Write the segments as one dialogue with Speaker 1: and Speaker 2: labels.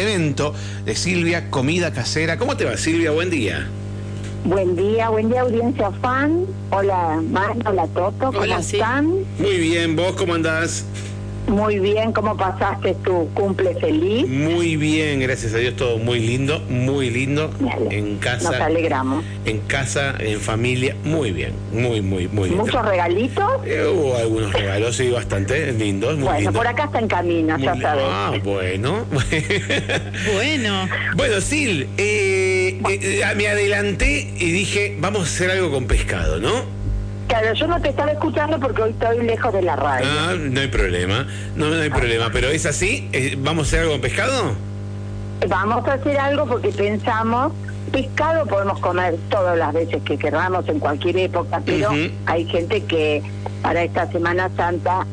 Speaker 1: complemento de Silvia, comida casera. ¿Cómo te va, Silvia? Buen día.
Speaker 2: Buen día, buen día audiencia fan. Hola, Marta, hola Toto, ¿cómo
Speaker 3: Hola, sí.
Speaker 2: están?
Speaker 1: Muy bien, ¿vos cómo andás?
Speaker 2: Muy bien, ¿cómo pasaste tu cumple feliz?
Speaker 1: Muy bien, gracias a Dios, todo muy lindo, muy lindo.
Speaker 2: Me alegro.
Speaker 1: En
Speaker 2: Nos
Speaker 1: casa,
Speaker 2: alegramos.
Speaker 1: en casa, en familia, muy bien, muy, muy, muy bien.
Speaker 2: ¿Muchos regalitos?
Speaker 1: Eh, hubo algunos regalos, sí, bastante lindos, muy
Speaker 2: bueno,
Speaker 1: lindos.
Speaker 2: por acá está en camino,
Speaker 1: Muy
Speaker 2: ya
Speaker 1: li-
Speaker 2: sabes.
Speaker 1: ah, bueno.
Speaker 3: Bueno,
Speaker 1: bueno, Sil, eh, eh, me adelanté y dije, vamos a hacer algo con pescado, ¿no?
Speaker 2: Claro, yo no te estaba escuchando porque hoy estoy lejos de la radio.
Speaker 1: Ah, no hay problema, no, no hay problema, pero es así, eh, ¿vamos a hacer algo con pescado?
Speaker 2: Vamos a hacer algo porque pensamos, pescado podemos comer todas las veces que queramos, en cualquier época, pero
Speaker 1: Ujú.
Speaker 2: hay gente que para esta Semana Santa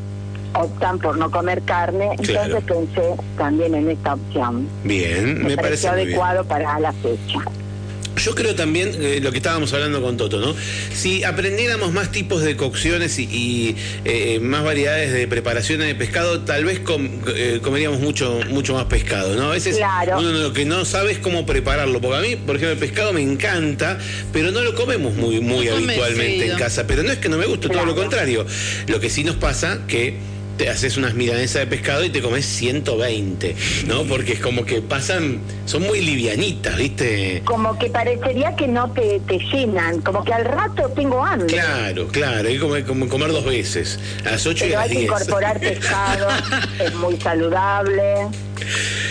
Speaker 2: optan por no comer carne,
Speaker 1: Claro.
Speaker 2: entonces pensé también en esta opción.
Speaker 1: Bien, me, parece
Speaker 2: pareció
Speaker 1: muy bien.
Speaker 2: adecuado para la fecha.
Speaker 1: Yo creo también eh, lo que estábamos hablando con Toto, ¿no? Si aprendiéramos más tipos de cocciones y, y, eh, más variedades de preparaciones de pescado, tal vez com- eh, comeríamos mucho mucho más pescado, ¿no? A veces
Speaker 2: Claro.
Speaker 1: uno lo que no sabe es cómo prepararlo, porque a mí, por ejemplo, el pescado me encanta, pero no lo comemos muy muy
Speaker 3: No come
Speaker 1: habitualmente en
Speaker 3: seguido.
Speaker 1: casa, pero no es que no me guste, todo lo
Speaker 2: Claro.
Speaker 1: contrario. Lo que sí nos pasa que te haces unas milanesas de pescado y te comes 120, ¿no? Porque es como que pasan, son muy livianitas, ¿viste?
Speaker 2: Como que parecería que no te, te llenan, como que al rato tengo hambre.
Speaker 1: Claro, claro, hay como, como comer dos veces, a las 8 y
Speaker 2: Pero
Speaker 1: a
Speaker 2: hay
Speaker 1: las
Speaker 2: que
Speaker 1: 10.
Speaker 2: incorporar pescado, es muy saludable.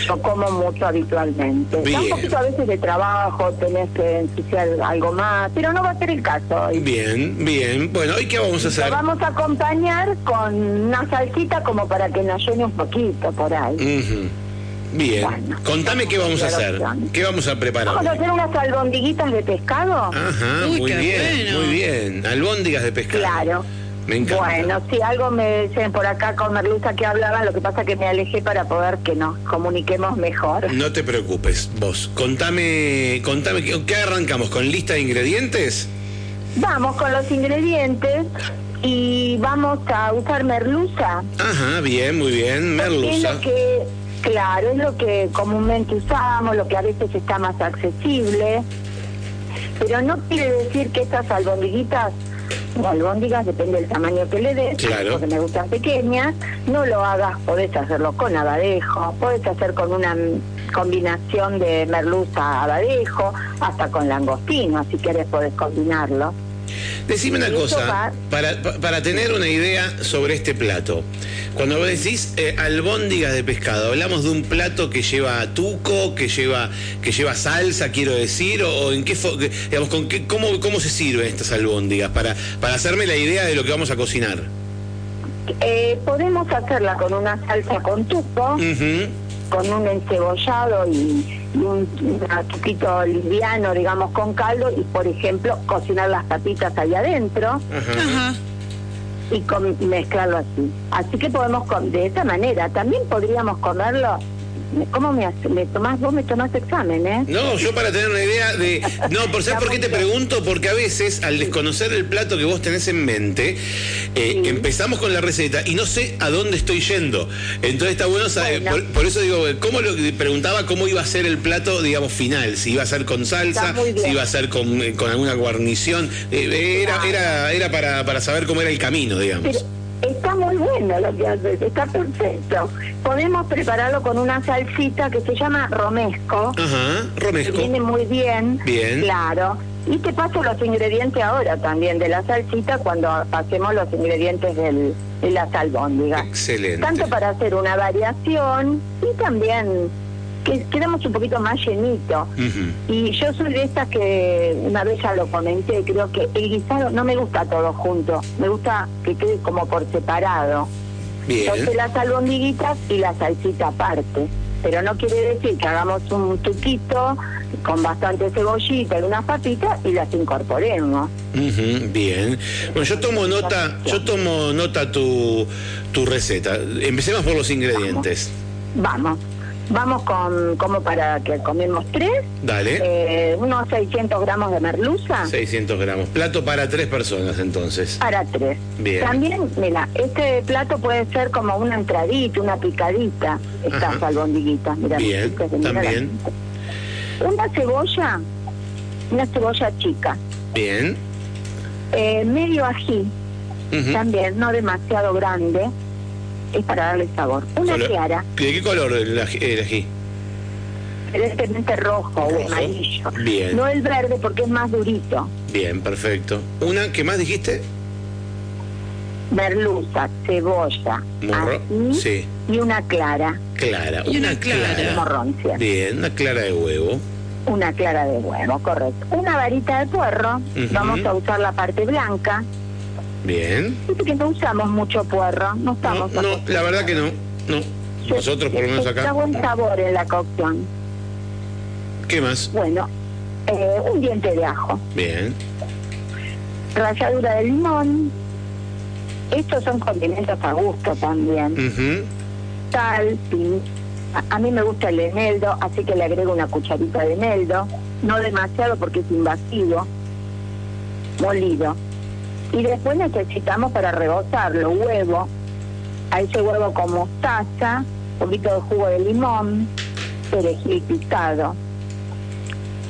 Speaker 2: Yo como mucho habitualmente. Da un
Speaker 1: Bien.
Speaker 2: poquito a veces de trabajo, tenés que ensuciar algo más, pero no va a ser el caso. hoy.
Speaker 1: Bien, bien. Bueno, ¿hoy qué vamos a
Speaker 2: Lo
Speaker 1: hacer?
Speaker 2: vamos a acompañar con una salsita como para que nos llene un poquito por ahí.
Speaker 1: Ujú. Bien,
Speaker 2: Bueno,
Speaker 1: contame qué vamos a hacer,
Speaker 2: opción.
Speaker 1: qué vamos a preparar.
Speaker 2: Vamos a hacer unas albondiguitas de pescado.
Speaker 1: Ajá,
Speaker 3: Uy,
Speaker 1: muy
Speaker 3: qué
Speaker 1: bien,
Speaker 3: bueno.
Speaker 1: muy bien. Albóndigas de pescado.
Speaker 2: Claro.
Speaker 1: Me encanta.
Speaker 2: Bueno, sí, algo me dicen por acá con Merluza que hablaban, lo que pasa que me alejé para poder que nos comuniquemos mejor.
Speaker 1: No te preocupes, vos. Contame, contame, ¿qué qué arrancamos? ¿Con lista de ingredientes?
Speaker 2: Vamos con los ingredientes y vamos a usar merluza.
Speaker 1: Ajá, bien, muy bien.
Speaker 2: Es
Speaker 1: Merluza.
Speaker 2: lo que, claro, es lo que comúnmente usamos, lo que a veces está más accesible. Pero no quiere decir que estas albondiguitas, o albóndigas, depende del tamaño que le des,
Speaker 1: Claro.
Speaker 2: porque me gustan pequeñas, no lo hagas, podés hacerlo con abadejo, podés hacer con una mm, combinación de merluza abadejo, hasta con langostino, si querés podés combinarlo.
Speaker 1: Decime una
Speaker 2: Eso
Speaker 1: cosa,
Speaker 2: va-
Speaker 1: para, pa- para tener una idea sobre este plato. Cuando vos decís eh, albóndigas de pescado, ¿hablamos de un plato que lleva tuco, que lleva, que lleva salsa, quiero decir? ¿O, o en qué, fo- que- digamos, con qué- cómo, cómo se sirven estas albóndigas? Para, para hacerme la idea de lo que vamos a cocinar.
Speaker 2: Eh, podemos hacerla con una salsa con tuco,
Speaker 1: Ujú.
Speaker 2: con un encebollado y, y un, un poquito liviano, digamos, con caldo y, por ejemplo, cocinar las tapitas ahí adentro
Speaker 1: Ajá.
Speaker 3: ajá.
Speaker 2: y com- mezclarlo así. Así que podemos, com- de esa manera, también podríamos comerlo. ¿Cómo me, hace- me tomás? Vos me tomás examen, ¿eh?
Speaker 1: No, yo para tener una idea de... No, por ¿sabes por qué te pregunto? Porque a veces al desconocer el plato que vos tenés en mente, eh,
Speaker 2: Sí.
Speaker 1: empezamos con la receta y no sé a dónde estoy yendo. Entonces está bueno saber,
Speaker 2: Bueno.
Speaker 1: Por, por eso digo, ¿cómo lo preguntaba cómo iba a ser el plato, digamos, final? Si iba a ser con salsa,
Speaker 2: Está muy bien.
Speaker 1: si iba a ser con, eh, con alguna guarnición. Eh, era
Speaker 2: Claro.
Speaker 1: era, era para, para saber cómo era el camino, digamos.
Speaker 2: Pero está muy bueno lo que haces, está perfecto. Podemos prepararlo con una salsita que se llama romesco.
Speaker 1: Ah. Ajá,
Speaker 2: Que
Speaker 1: romesco.
Speaker 2: Viene muy bien.
Speaker 1: Bien.
Speaker 2: Claro. Y te paso los ingredientes ahora también de la salsita cuando pasemos los ingredientes del, de las albóndigas.
Speaker 1: Excelente.
Speaker 2: Tanto para hacer una variación y también que quedemos un poquito más llenito.
Speaker 1: Ujú.
Speaker 2: Y yo soy de estas que una vez ya lo comenté, creo que el guisado no me gusta todo junto, me gusta que quede como por separado. Entonces
Speaker 1: Bien.
Speaker 2: las albondiguitas y la salsita aparte. Pero no quiere decir que hagamos un tuquito con bastante cebollita y unas papitas y las incorporemos.
Speaker 1: Ujú, bien. Bueno, yo tomo nota, yo tomo nota tu, tu receta. Empecemos por los ingredientes.
Speaker 2: Vamos. Vamos con, como para que comemos tres,
Speaker 1: Dale.
Speaker 2: eh, ah. unos 600 gramos de merluza
Speaker 1: 600 gramos. Plato para tres personas entonces.
Speaker 2: para tres.
Speaker 1: Bien.
Speaker 2: También, mira, este plato puede ser como una entradita, una picadita, estas
Speaker 1: Ajá.
Speaker 2: albondiguitas. Mira,
Speaker 1: Bien,
Speaker 2: chicas, mira la-
Speaker 1: también.
Speaker 2: Una cebolla, una cebolla chica,
Speaker 1: Bien.
Speaker 2: eh, medio ají,
Speaker 1: Ujú.
Speaker 2: también, no demasiado grande, es para darle sabor. Una
Speaker 1: Color-
Speaker 2: tiara,
Speaker 1: ¿De qué color el ají? el ají?
Speaker 2: preferentemente rojo
Speaker 1: Rojo.
Speaker 2: o amarillo.
Speaker 1: Bien.
Speaker 2: No el verde porque es más durito.
Speaker 1: Bien, perfecto. ¿Una que más dijiste?
Speaker 2: Merluza, cebolla,
Speaker 1: Morro-
Speaker 2: ají
Speaker 1: sí.
Speaker 2: y una clara,
Speaker 1: Clara.
Speaker 3: Y una clara.
Speaker 2: morrón, ¿cierto?
Speaker 1: Bien, una clara de huevo.
Speaker 2: Una clara de huevo, correcto. Una varita de puerro,
Speaker 1: Ujú.
Speaker 2: vamos a usar la parte blanca.
Speaker 1: Bien.
Speaker 2: Viste que no usamos mucho puerro, no
Speaker 1: No,
Speaker 2: estamos...
Speaker 1: no, la verdad que no. No.
Speaker 2: Sí,
Speaker 1: Nosotros por lo menos
Speaker 2: Está
Speaker 1: acá.
Speaker 2: buen sabor en la cocción.
Speaker 1: ¿Qué más?
Speaker 2: Bueno, eh, un diente de ajo,
Speaker 1: Bien.
Speaker 2: ralladura de limón. Estos son condimentos a gusto también.
Speaker 1: Ujú.
Speaker 2: Sal, pin. A- A mí me gusta el eneldo, así que le agrego una cucharita de eneldo. No demasiado porque es invasivo. Molido. Y después necesitamos para rebozarlo huevo. A ese huevo con mostaza, un poquito de jugo de limón, perejil picado.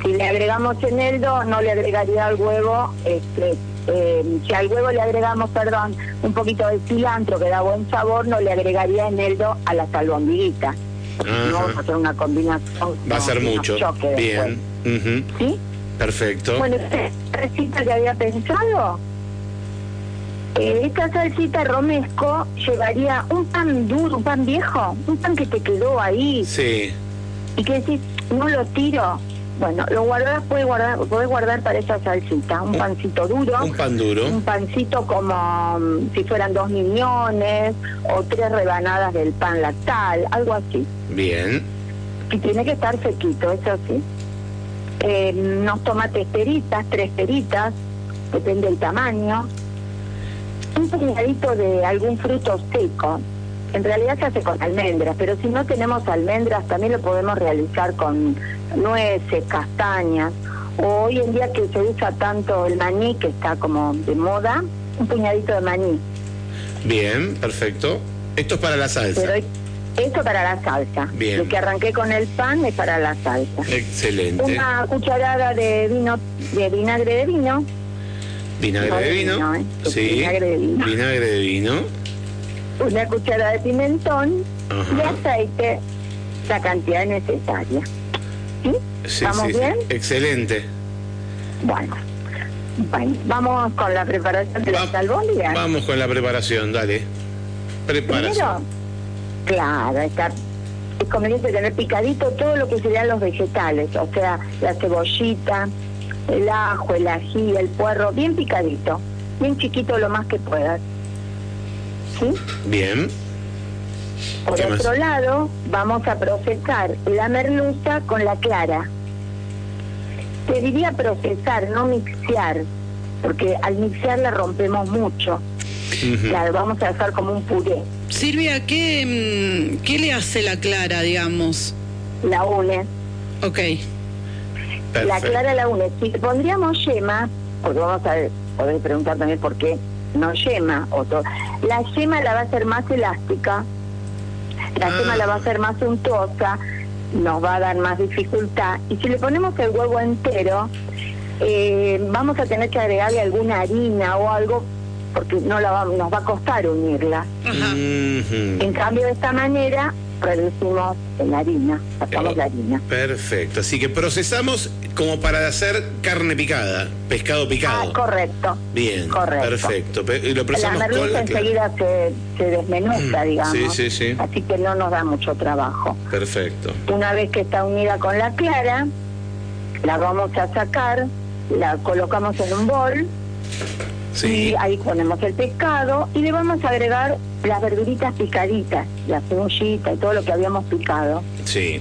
Speaker 2: Si le agregamos eneldo, no le agregaría al huevo, este, eh, si al huevo le agregamos, perdón, un poquito de cilantro que da buen sabor, no le agregaría eneldo a las albondiguitas.
Speaker 1: Ajá.
Speaker 2: No vamos a hacer una combinación.
Speaker 1: Va a
Speaker 2: no,
Speaker 1: ser
Speaker 2: unos
Speaker 1: mucho.
Speaker 2: choques
Speaker 1: Bien. Ujú.
Speaker 2: después, ¿Sí?
Speaker 1: Perfecto.
Speaker 2: Bueno, esta salsita que había pensado, eh, esta salsita romesco llevaría un pan duro, un pan viejo, un pan que te quedó ahí
Speaker 1: Sí.
Speaker 2: y que decís, no lo tiro. Bueno, lo guardás, puedes guardar, podés guardar para esa salsita, un pancito duro,
Speaker 1: Un pan duro.
Speaker 2: un pancito como mm, si fueran dos millones o tres rebanadas del pan lactal, algo así.
Speaker 1: Bien.
Speaker 2: Y tiene que estar sequito, eso sí. Eh, unos tomates peritas, tres peritas, depende del tamaño. Un puñadito de algún fruto seco. En realidad se hace con almendras, pero si no tenemos almendras también lo podemos realizar con nueces, castañas. O hoy en día que se usa tanto el maní, que está como de moda, un puñadito de maní.
Speaker 1: Bien. Perfecto. Esto es para la
Speaker 2: Pero
Speaker 1: salsa.
Speaker 2: esto para la salsa.
Speaker 1: Bien.
Speaker 2: Lo que arranqué con el pan es para la salsa.
Speaker 1: Excelente.
Speaker 2: Una cucharada de vino, de vinagre de vino,
Speaker 1: Vinagre de vino.
Speaker 2: Vinagre de vino, ¿eh?
Speaker 1: Sí.
Speaker 2: Vinagre de vino.
Speaker 1: Vinagre de vino.
Speaker 2: una cucharada de pimentón y
Speaker 1: Ajá.
Speaker 2: aceite, la cantidad necesaria. ¿Sí?
Speaker 1: Sí,
Speaker 2: ¿Vamos
Speaker 1: sí, sí.
Speaker 2: bien?
Speaker 1: Excelente.
Speaker 2: Bueno. Bueno, vamos con la preparación de las
Speaker 1: Va-
Speaker 2: albóndigas.
Speaker 1: Vamos con la preparación, dale.
Speaker 2: Primero,
Speaker 1: Preparación.
Speaker 2: claro, está, es conveniente tener picadito todo lo que serían los vegetales, o sea, la cebollita, el ajo, el ají, el puerro, bien picadito, bien chiquito lo más que puedas. ¿Sí?
Speaker 1: Bien.
Speaker 2: Por
Speaker 1: ¿Qué más?
Speaker 2: otro lado, vamos a procesar la merluza con la clara. Te diría procesar, no mixear, porque al mixear la rompemos mucho.
Speaker 1: Ujú.
Speaker 2: La vamos a dejar como un puré.
Speaker 3: Silvia, ¿qué, mm, ¿qué le hace la Clara, digamos?
Speaker 2: La une.
Speaker 3: Ok.
Speaker 2: La
Speaker 1: Perfecto.
Speaker 2: clara la une. Si le pondríamos yema, porque vamos a ver, podés preguntar también por qué no yema. O to- la yema la va a hacer más elástica, la
Speaker 1: Ah.
Speaker 2: yema la va a hacer más untuosa, nos va a dar más dificultad. Y si le ponemos el huevo entero, eh, vamos a tener que agregarle alguna harina o algo, porque no la va- nos va a costar unirla.
Speaker 3: Ajá.
Speaker 1: Mm. Ujú.
Speaker 2: En cambio, de esta manera, reducimos la harina, sacamos la harina.
Speaker 1: Perfecto. Así que procesamos como para hacer carne picada, pescado
Speaker 2: Ah,
Speaker 1: picado.
Speaker 2: correcto.
Speaker 1: Bien.
Speaker 2: correcto.
Speaker 1: Perfecto. Pe- Y lo
Speaker 2: La
Speaker 1: procesamos con
Speaker 2: merluza
Speaker 1: la clara.
Speaker 2: enseguida se, se desmenuza, digamos.
Speaker 1: Mm, Sí, sí, sí.
Speaker 2: Así que no nos da mucho trabajo.
Speaker 1: Perfecto.
Speaker 2: Una vez que está unida con la clara, la vamos a sacar, la colocamos en un bol
Speaker 1: Sí.
Speaker 2: y ahí ponemos el pescado y le vamos a agregar las verduritas picaditas, la cebollita y todo lo que habíamos picado.
Speaker 1: Sí.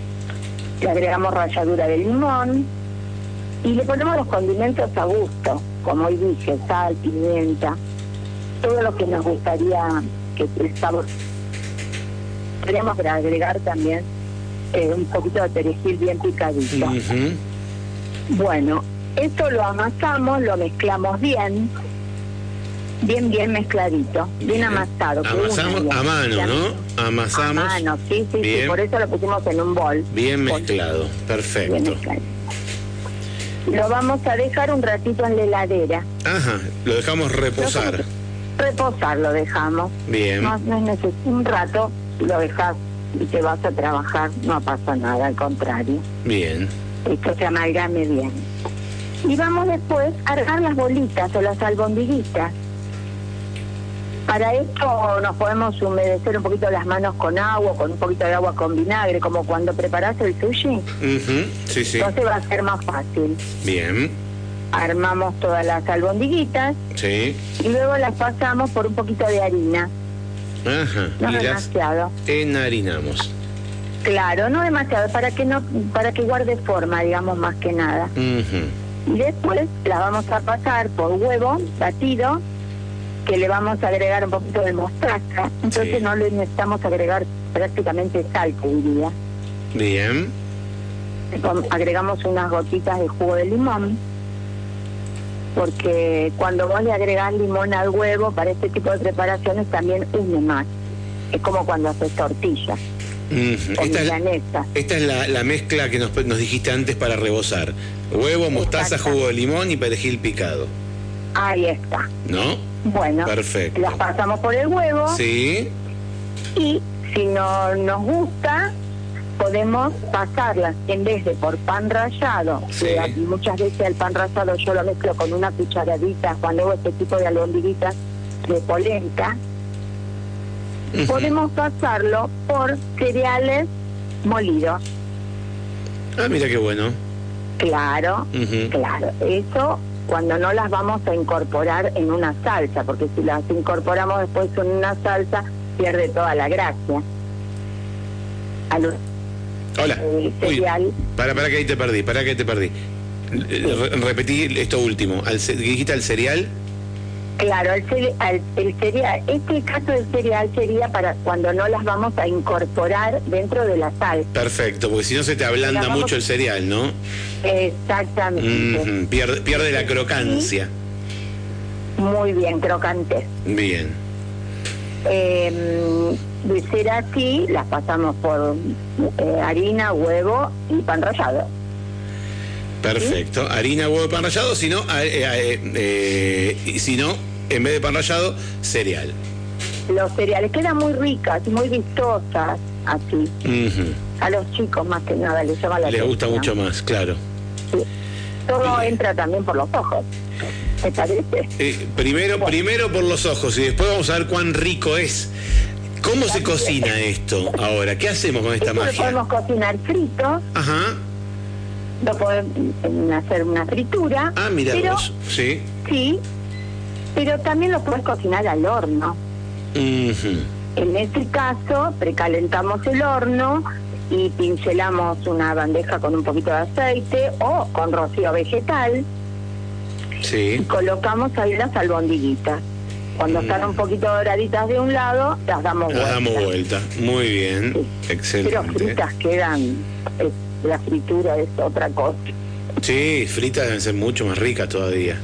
Speaker 2: Le agregamos ralladura de limón y le ponemos los condimentos a gusto, como hoy dije, sal, pimienta, todo lo que nos gustaría que el sabor. Podríamos agregar también eh, un poquito de perejil bien picadito.
Speaker 1: Ujú.
Speaker 2: Bueno, esto lo amasamos, lo mezclamos bien, bien, bien mezcladito, bien, amasado. que
Speaker 1: Amasamos
Speaker 2: una
Speaker 1: a
Speaker 2: bien,
Speaker 1: mano,
Speaker 2: bien.
Speaker 1: ¿no?
Speaker 2: A
Speaker 1: Amasamos.
Speaker 2: mano, sí, sí,
Speaker 1: Bien.
Speaker 2: sí, por eso lo pusimos en un bol.
Speaker 1: Bien
Speaker 2: Con-
Speaker 1: mezclado.
Speaker 2: bien
Speaker 1: Perfecto.
Speaker 2: mezclado. Lo vamos a dejar un ratito en la heladera.
Speaker 1: Ajá. Lo dejamos reposar.
Speaker 2: Reposar lo dejamos.
Speaker 1: Bien.
Speaker 2: No, no es neces- un rato lo dejas y te vas a trabajar, no pasa nada, al contrario.
Speaker 1: Bien.
Speaker 2: Esto se amalgame bien. Y vamos después a armar las bolitas o las albondiguitas. Para esto nos podemos humedecer un poquito las manos con agua, con un poquito de agua con vinagre, como cuando preparas el sushi.
Speaker 1: Ujú. Sí, sí.
Speaker 2: Entonces va a ser más fácil.
Speaker 1: Bien.
Speaker 2: Armamos todas las albondiguitas
Speaker 1: Sí.
Speaker 2: y luego las pasamos por un poquito de harina.
Speaker 1: Ajá.
Speaker 2: No
Speaker 1: Y las
Speaker 2: demasiado.
Speaker 1: enharinamos.
Speaker 2: Claro, no demasiado, para que no, para que guarde forma, digamos más que nada.
Speaker 1: Ujú.
Speaker 2: Y después la vamos a pasar por huevo batido, que le vamos a agregar un poquito de mostaza. Entonces
Speaker 1: Sí.
Speaker 2: no le necesitamos agregar prácticamente sal, te diría.
Speaker 1: Bien.
Speaker 2: Le pon- Agregamos unas gotitas de jugo de limón, porque cuando vos le agregás limón al huevo, para este tipo de preparaciones también une más. Es como cuando haces tortillas
Speaker 1: Ujú. Esta
Speaker 2: o
Speaker 1: es,
Speaker 2: milanesas.
Speaker 1: esta es la, la mezcla que nos, nos dijiste antes para rebosar. Huevo, mostaza,
Speaker 2: Exacto.
Speaker 1: jugo de limón y perejil picado.
Speaker 2: Ahí está.
Speaker 1: ¿No?
Speaker 2: Bueno,
Speaker 1: Perfecto.
Speaker 2: las pasamos por el huevo.
Speaker 1: Sí.
Speaker 2: y si no nos gusta podemos pasarlas en vez de por pan rallado
Speaker 1: Sí.
Speaker 2: que a- muchas veces el pan rallado yo lo mezclo con una cucharadita cuando hago este tipo de albondiguitas de polenta
Speaker 1: Ujú.
Speaker 2: podemos pasarlo por cereales molidos
Speaker 1: Ah, mira qué bueno.
Speaker 2: claro
Speaker 1: Ujú.
Speaker 2: claro eso cuando no las vamos a incorporar en una salsa porque si las incorporamos después en una salsa pierde toda la gracia Al-
Speaker 1: Hola.
Speaker 2: el
Speaker 1: Uy,
Speaker 2: cereal
Speaker 1: para, para que ahí te perdí, para que ahí te perdí. Eh, re- repetí esto último. Al, ce- dijiste al cereal.
Speaker 2: Claro, el, cere- al- el cereal, este caso del cereal sería para cuando no las vamos a incorporar dentro de la sal.
Speaker 1: Perfecto, porque si no se te ablanda
Speaker 2: Mira, vamos-
Speaker 1: mucho el cereal, ¿no?
Speaker 2: Exactamente.
Speaker 1: Ujú, Pierde, pierde la crocancia.
Speaker 2: Muy bien, crocantes.
Speaker 1: Bien.
Speaker 2: Eh, de ser así, las pasamos por eh, harina, huevo y pan rallado.
Speaker 1: Perfecto. Harina, huevo, pan rallado. Si no, a- eh, a- eh, eh, y si no, en vez de pan rallado, cereal.
Speaker 2: Los cereales quedan muy ricas, muy vistosas, así.
Speaker 1: Ujú.
Speaker 2: A los chicos más que nada les llama la
Speaker 1: Les
Speaker 2: atención.
Speaker 1: gusta mucho más, claro.
Speaker 2: Todo entra también por los ojos. ¿Te parece?
Speaker 1: Eh, primero, primero por los ojos y después vamos a ver cuán rico es. ¿Cómo se cocina esto ahora? ¿Qué hacemos con esta
Speaker 2: Esto lo
Speaker 1: magia?
Speaker 2: podemos cocinar frito.
Speaker 1: Ajá.
Speaker 2: lo pueden hacer una fritura.
Speaker 1: Ah, mira
Speaker 2: pero,
Speaker 1: vos. Sí.
Speaker 2: Sí, pero también lo puedes cocinar al horno.
Speaker 1: Ujú.
Speaker 2: En este caso, precalentamos el horno y pincelamos una bandeja con un poquito de aceite o con rocío vegetal y
Speaker 1: Sí.
Speaker 2: colocamos ahí las albondiguitas. Cuando están un poquito doraditas de un lado, las damos
Speaker 1: La
Speaker 2: vuelta.
Speaker 1: Mm. damos vuelta. Muy bien.
Speaker 2: Pero
Speaker 1: Excelente.
Speaker 2: fritas quedan, eh, la fritura es otra cosa.
Speaker 1: Sí, fritas deben ser mucho más ricas todavía.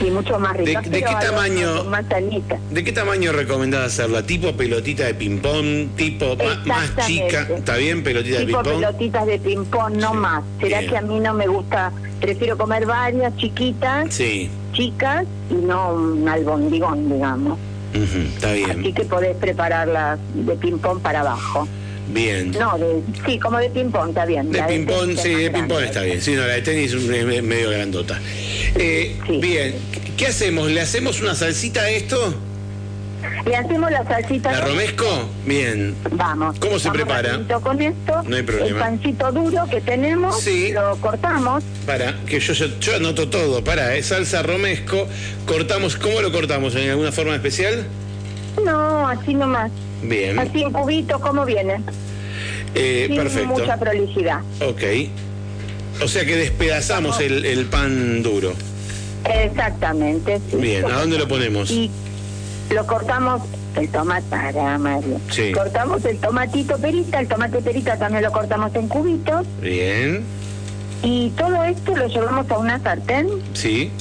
Speaker 2: Y mucho más ricas.
Speaker 1: de qué
Speaker 2: pero al horno
Speaker 1: tamaño?
Speaker 2: con manzanita.
Speaker 1: ¿De qué tamaño recomendás hacerla? ¿Tipo pelotita de ping-pong? ¿Tipo ma- más chica?
Speaker 2: Exactamente.
Speaker 1: ¿Está bien pelotita de
Speaker 2: tipo
Speaker 1: ping-pong?
Speaker 2: pelotitas de ping-pong, no
Speaker 1: Sí.
Speaker 2: más. Será
Speaker 1: Bien.
Speaker 2: que a mí no me gusta, prefiero comer varias chiquitas,
Speaker 1: Sí.
Speaker 2: chicas, y no un albondigón, digamos.
Speaker 1: Ujú, Está
Speaker 2: Así
Speaker 1: bien.
Speaker 2: que podés prepararlas de ping-pong para abajo.
Speaker 1: Bien.
Speaker 2: No, de, sí, como de ping-pong, está bien.
Speaker 1: De
Speaker 2: la
Speaker 1: ping-pong,
Speaker 2: tenis
Speaker 1: sí,
Speaker 2: es
Speaker 1: de
Speaker 2: más
Speaker 1: ping-pong
Speaker 2: grande.
Speaker 1: está bien. Sí, no, la de tenis es me- medio grandota. Eh,
Speaker 2: Sí.
Speaker 1: Bien, ¿qué hacemos? ¿Le hacemos una salsita a esto?
Speaker 2: Le hacemos la salsita.
Speaker 1: ¿La romesco? Bien.
Speaker 2: Vamos.
Speaker 1: ¿Cómo se
Speaker 2: Vamos
Speaker 1: prepara?
Speaker 2: rapidito Con esto,
Speaker 1: No hay problema.
Speaker 2: El pancito duro que tenemos,
Speaker 1: Sí.
Speaker 2: lo cortamos.
Speaker 1: Para, que yo, yo, yo anoto todo. Para, es salsa romesco. Cortamos, ¿cómo lo cortamos? ¿En alguna forma especial?
Speaker 2: No, así nomás.
Speaker 1: Bien.
Speaker 2: Así en cubitos, ¿cómo viene?
Speaker 1: Eh,
Speaker 2: Sin
Speaker 1: perfecto.
Speaker 2: mucha prolijidad.
Speaker 1: Ok. O sea que despedazamos el, el pan duro.
Speaker 2: Exactamente. sí.
Speaker 1: Bien, ¿a dónde lo ponemos?
Speaker 2: Y lo cortamos el tomate para Mario.
Speaker 1: Sí.
Speaker 2: Cortamos el tomatito perita, el tomate perita también lo cortamos en cubitos
Speaker 1: Bien,
Speaker 2: y todo esto lo llevamos a una sartén
Speaker 1: sí,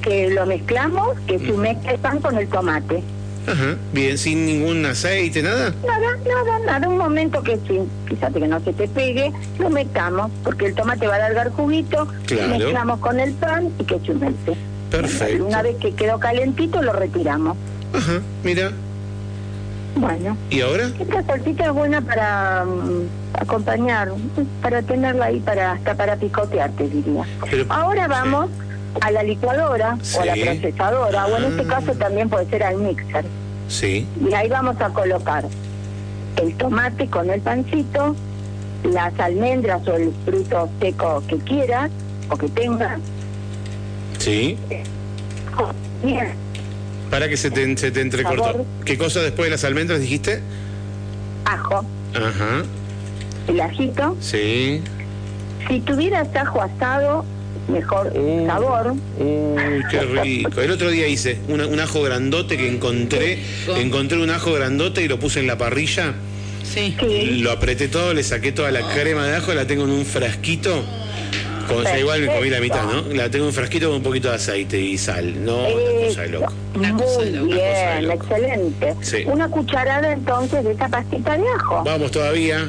Speaker 2: que lo mezclamos, que
Speaker 1: Mm.
Speaker 2: se mezcla el pan con el tomate.
Speaker 1: ajá, bien, sin ningún aceite, nada.
Speaker 2: Nada, nada, nada, un momento que sí, quizás que no se te pegue, lo mezclamos, porque el tomate va a largar juguito,
Speaker 1: Claro.
Speaker 2: mezclamos con el pan y que chumelte.
Speaker 1: Perfecto.
Speaker 2: Una vez que quedó calentito, lo retiramos.
Speaker 1: Ajá, mira.
Speaker 2: Bueno,
Speaker 1: ¿Y ahora?
Speaker 2: esta salsita es buena para mm, acompañar, para tenerla ahí, para hasta para picotearte, diría.
Speaker 1: Pero-
Speaker 2: Ahora vamos a la licuadora o a la
Speaker 1: Sí.
Speaker 2: procesadora, o en este
Speaker 1: Ah.
Speaker 2: caso también puede ser al mixer.
Speaker 1: Sí,
Speaker 2: Y ahí vamos a colocar el tomate con el pancito, las almendras o el fruto seco que quieras o que tengas.
Speaker 1: sí.
Speaker 2: Bien,
Speaker 1: Para que se te, se te
Speaker 2: Sabor.
Speaker 1: entrecortó. ¿Qué cosa después de las almendras dijiste?
Speaker 2: ajo,
Speaker 1: Ajá,
Speaker 2: el ajito.
Speaker 1: sí.
Speaker 2: Si tuvieras ajo asado, mejor
Speaker 1: Uh.
Speaker 2: sabor.
Speaker 1: Uy, qué rico. El otro día hice una- un ajo grandote que encontré.
Speaker 3: rico.
Speaker 1: Encontré un ajo grandote y lo puse en la parrilla.
Speaker 3: Sí.
Speaker 2: Sí.
Speaker 1: Lo apreté todo, le saqué toda la crema de ajo, la tengo en un frasquito. Con, ya igual me comí la mitad, ¿no? La tengo en un frasquito con un poquito de aceite y sal. No, una cosa de
Speaker 2: Eso.
Speaker 1: loco.
Speaker 3: Una cosa de
Speaker 2: Muy
Speaker 3: loco.
Speaker 1: Una cosa de
Speaker 2: bien,
Speaker 1: loco.
Speaker 2: excelente.
Speaker 1: Sí.
Speaker 2: Una cucharada entonces de esta pastita de ajo.
Speaker 1: Vamos todavía.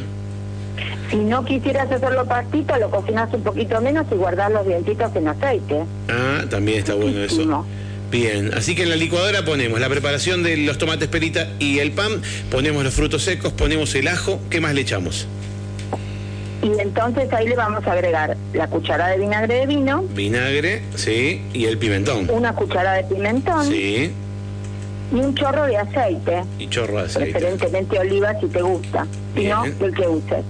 Speaker 2: Si no quisieras hacerlo pastito, lo cocinas un poquito menos y guardar los dientitos en aceite.
Speaker 1: Ah, también está bueno eso.
Speaker 2: Riquísimo.
Speaker 1: Bien, así que en la licuadora ponemos la preparación de los tomates perita y el pan, ponemos los frutos secos, ponemos el ajo, ¿qué más le echamos?
Speaker 2: Y entonces ahí le vamos a agregar la cucharada de vinagre de vino,
Speaker 1: Vinagre, sí, y el pimentón.
Speaker 2: una cucharada de pimentón
Speaker 1: Sí,
Speaker 2: y un chorro de aceite,
Speaker 1: y chorro de aceite.
Speaker 2: preferentemente oliva si te gusta, si
Speaker 1: Bien.
Speaker 2: no, el que uses.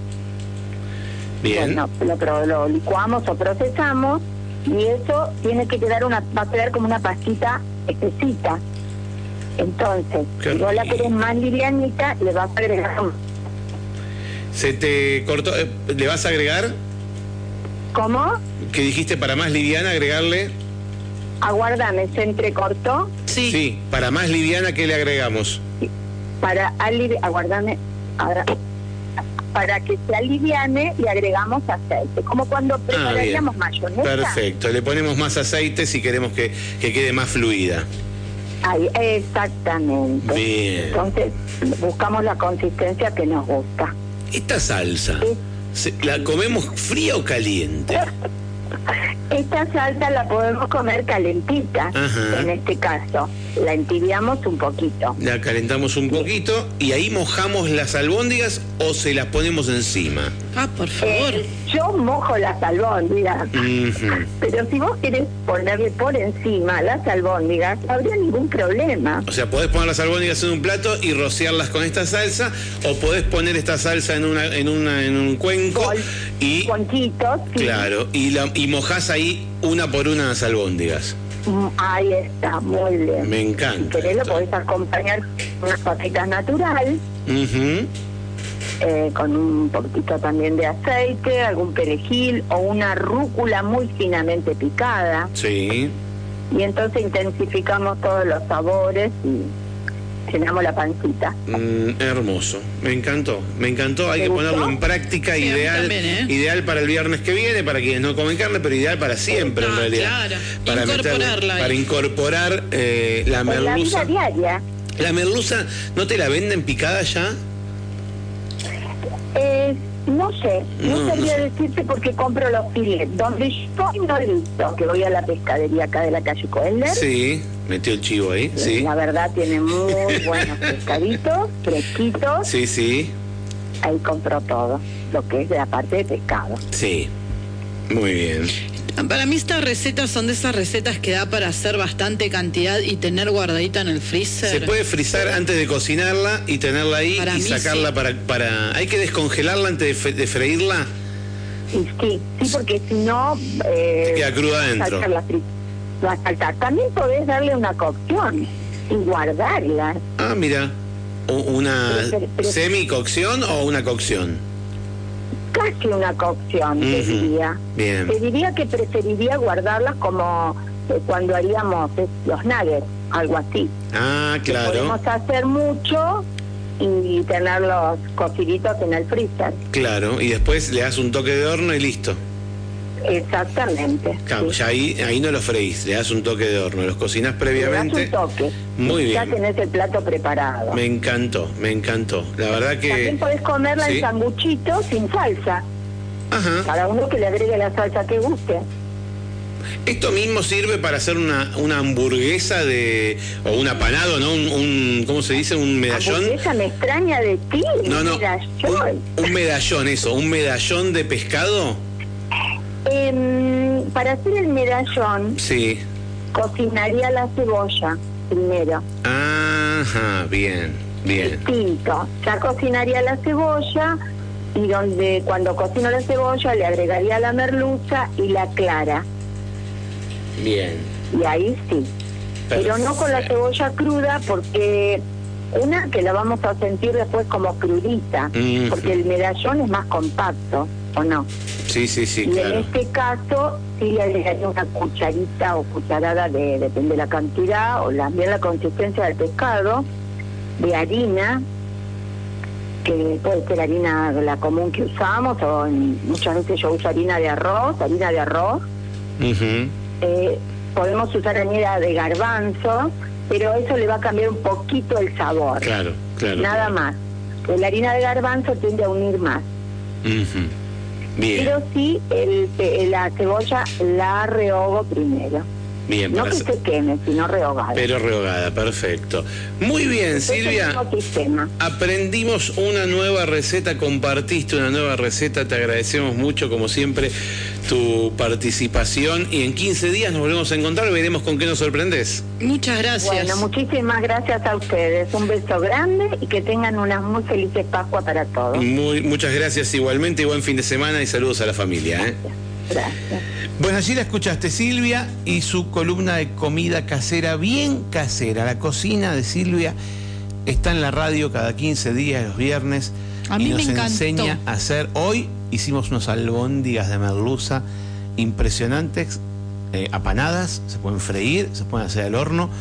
Speaker 1: Bien,
Speaker 2: Bueno, lo, pro- lo licuamos o procesamos y eso tiene que quedar una, va a quedar como una pastita espesita. Entonces,
Speaker 1: Qué
Speaker 2: si vos la
Speaker 1: rico.
Speaker 2: querés más livianita, le vas a agregar
Speaker 1: se te cortó, eh, ¿le vas a agregar?
Speaker 2: ¿Cómo?
Speaker 1: que dijiste para más liviana agregarle?
Speaker 2: Aguardame, se entrecortó
Speaker 3: Sí.
Speaker 1: Sí, para más liviana que le agregamos.
Speaker 2: para aliviar, aguardame, ahora, para que se aliviane y agregamos aceite, como cuando prepararíamos mayonesa.
Speaker 1: Ah, Perfecto, le ponemos más aceite si queremos que, que quede más fluida.
Speaker 2: Ahí, exactamente.
Speaker 1: Bien.
Speaker 2: Entonces buscamos la consistencia que nos gusta.
Speaker 1: Esta salsa,
Speaker 2: Sí.
Speaker 1: se- ¿la comemos fría o caliente?
Speaker 2: Esta salsa la podemos comer calentita,
Speaker 1: Ajá.
Speaker 2: en este caso. La entibiamos un poquito.
Speaker 1: La calentamos un poquito y ahí mojamos las albóndigas o se las ponemos encima.
Speaker 3: Ah, por favor.
Speaker 2: Eh, yo mojo las albóndigas,
Speaker 1: Mm. Ujú.
Speaker 2: pero si vos querés ponerle por encima las albóndigas, no habría ningún problema.
Speaker 1: O sea, podés poner las albóndigas en un plato y rociarlas con esta salsa o podés poner esta salsa en, una, en, una, en un cuenco
Speaker 2: Con-
Speaker 1: y...
Speaker 2: Conchitos, sí.
Speaker 1: Claro, y, la, y mojás ahí una por una las albóndigas.
Speaker 2: Mm, Ahí está, muy bien.
Speaker 1: Me
Speaker 2: Si
Speaker 1: encanta.
Speaker 2: querés lo
Speaker 1: esto.
Speaker 2: podés acompañar con unas papitas natural,
Speaker 1: Ujú.
Speaker 2: eh, con un poquito también de aceite, algún perejil o una rúcula muy finamente picada.
Speaker 1: Sí,
Speaker 2: y entonces intensificamos todos los sabores y llenamos la pancita.
Speaker 1: Mm, hermoso. Me encantó, me encantó. Hay
Speaker 2: ¿Te
Speaker 1: que
Speaker 2: gustó?
Speaker 1: ponerlo en práctica,
Speaker 3: Sí, a mí
Speaker 1: ideal,
Speaker 3: también, ¿eh?
Speaker 1: ideal para el viernes que viene, para quienes no comen carne, pero ideal para siempre en
Speaker 3: Ah,
Speaker 1: realidad.
Speaker 3: claro.
Speaker 1: Para meterle-
Speaker 3: Incorporarla ahí.
Speaker 1: para incorporar eh, la
Speaker 2: En la vida
Speaker 1: merluza.
Speaker 2: diaria,
Speaker 1: La merluza, ¿no te la venden picada ya?
Speaker 2: eh, no sé, no,
Speaker 1: No, no
Speaker 2: sabría
Speaker 1: sé.
Speaker 2: decirte porque compro los filetes. Donde yo no listo, que voy a la pescadería acá de la calle Coelner.
Speaker 1: Sí, metió el chivo ahí. Sí,
Speaker 2: La verdad tiene muy buenos pescaditos, fresquitos,
Speaker 1: sí, sí,
Speaker 2: ahí compro todo, lo que es de la parte de pescado.
Speaker 1: sí. Muy bien.
Speaker 3: Para mí estas recetas son de esas recetas que da para hacer bastante cantidad y tener guardadita en el freezer.
Speaker 1: Se puede frizar antes de cocinarla y tenerla ahí
Speaker 3: Para
Speaker 1: y
Speaker 3: mí,
Speaker 1: sacarla
Speaker 3: sí.
Speaker 1: para, para... Hay que descongelarla antes de, fe- de freírla.
Speaker 2: Y sí, sí, porque si no... eh,
Speaker 1: Te queda cruda
Speaker 2: va a
Speaker 1: adentro.
Speaker 2: saltar la fri- va a saltar. También podés darle una cocción y guardarla.
Speaker 1: Ah, mira. U- ¿Una
Speaker 2: Pero- pero- pero-
Speaker 1: semicocción o una cocción?
Speaker 2: casi una cocción, te
Speaker 1: Ujú.
Speaker 2: diría.
Speaker 1: Bien.
Speaker 2: Te diría que preferiría guardarlas como eh, cuando haríamos eh, los nuggets, algo así.
Speaker 1: Ah,
Speaker 2: Que
Speaker 1: claro,
Speaker 2: Podemos hacer mucho y tener los cociditos en el freezer.
Speaker 1: claro. Y después le das un toque de horno y listo.
Speaker 2: Exactamente.
Speaker 1: Claro,
Speaker 2: sí.
Speaker 1: ya ahí, ahí no los freís, le das un toque de horno, los cocinas
Speaker 2: Le das
Speaker 1: previamente.
Speaker 2: un toque.
Speaker 1: Muy
Speaker 2: Ya
Speaker 1: bien.
Speaker 2: tenés el plato preparado.
Speaker 1: Me encantó, me encantó. La verdad que.
Speaker 2: También podés comerla
Speaker 1: Sí.
Speaker 2: en sanguchito sin salsa.
Speaker 1: Ajá.
Speaker 2: Cada uno que le agregue la salsa que guste.
Speaker 1: Esto mismo sirve para hacer una, una hamburguesa de. o un apanado, ¿no? Un, un- ¿Cómo se dice? Un medallón.
Speaker 2: Hamburguesa me extraña de ti.
Speaker 1: No, no.
Speaker 2: mira, yo-
Speaker 1: Un, un medallón, eso. Un medallón de pescado.
Speaker 2: Em, para hacer el medallón,
Speaker 1: Sí.
Speaker 2: cocinaría la cebolla primero,
Speaker 1: Ajá, bien, bien.
Speaker 2: distinto. Ya cocinaría la cebolla y donde cuando cocino la cebolla le agregaría la merluza y la clara.
Speaker 1: Bien.
Speaker 2: Y ahí sí. Pero no con la
Speaker 1: Perfecto.
Speaker 2: cebolla cruda porque una que la vamos a sentir después como crudita,
Speaker 1: Ujú.
Speaker 2: porque el medallón es más compacto, ¿o no?
Speaker 1: Mm, Sí, sí, sí,
Speaker 2: Y en
Speaker 1: claro.
Speaker 2: este caso, sí le agregaría una cucharita o cucharada de, depende de la cantidad o la, bien la consistencia del pescado, de harina, que puede ser harina la común que usamos, o en- muchas veces yo uso harina de arroz, harina de arroz. este.
Speaker 1: Ujú.
Speaker 2: Eh, podemos usar harina de garbanzo, pero eso le va a cambiar un poquito el sabor,
Speaker 1: Claro, claro.
Speaker 2: nada
Speaker 1: claro.
Speaker 2: más. La harina de garbanzo tiende a unir más.
Speaker 1: Ujú. Bien,
Speaker 2: Pero sí, el, pe- la cebolla la rehogo primero.
Speaker 1: bien.
Speaker 2: No
Speaker 1: para
Speaker 2: que
Speaker 1: hacer-
Speaker 2: se queme, sino rehogada.
Speaker 1: Pero rehogada, perfecto. Muy bien,
Speaker 2: Ese es el
Speaker 1: Silvia.
Speaker 2: mismo sistema.
Speaker 1: Aprendimos una nueva receta, compartiste una nueva receta, te agradecemos mucho como siempre tu participación y en 15 días nos volvemos a encontrar, veremos con qué nos sorprendes.
Speaker 3: Muchas gracias.
Speaker 2: Bueno, muchísimas gracias a ustedes. Un beso grande y que tengan unas muy felices Pascua para todos.
Speaker 1: Muy, muchas gracias igualmente y buen fin de semana y saludos a la familia. ¿eh?
Speaker 2: Gracias.
Speaker 1: Bueno, allí la escuchaste Silvia y su columna de comida casera, bien casera. La cocina de Silvia está en la radio cada 15 días, los viernes.
Speaker 3: A mí
Speaker 1: y
Speaker 3: me
Speaker 1: nos
Speaker 3: encantó.
Speaker 1: enseña a hacer. Hoy hicimos unos albóndigas de merluza impresionantes, eh, apanadas, se pueden freír, se pueden hacer al horno.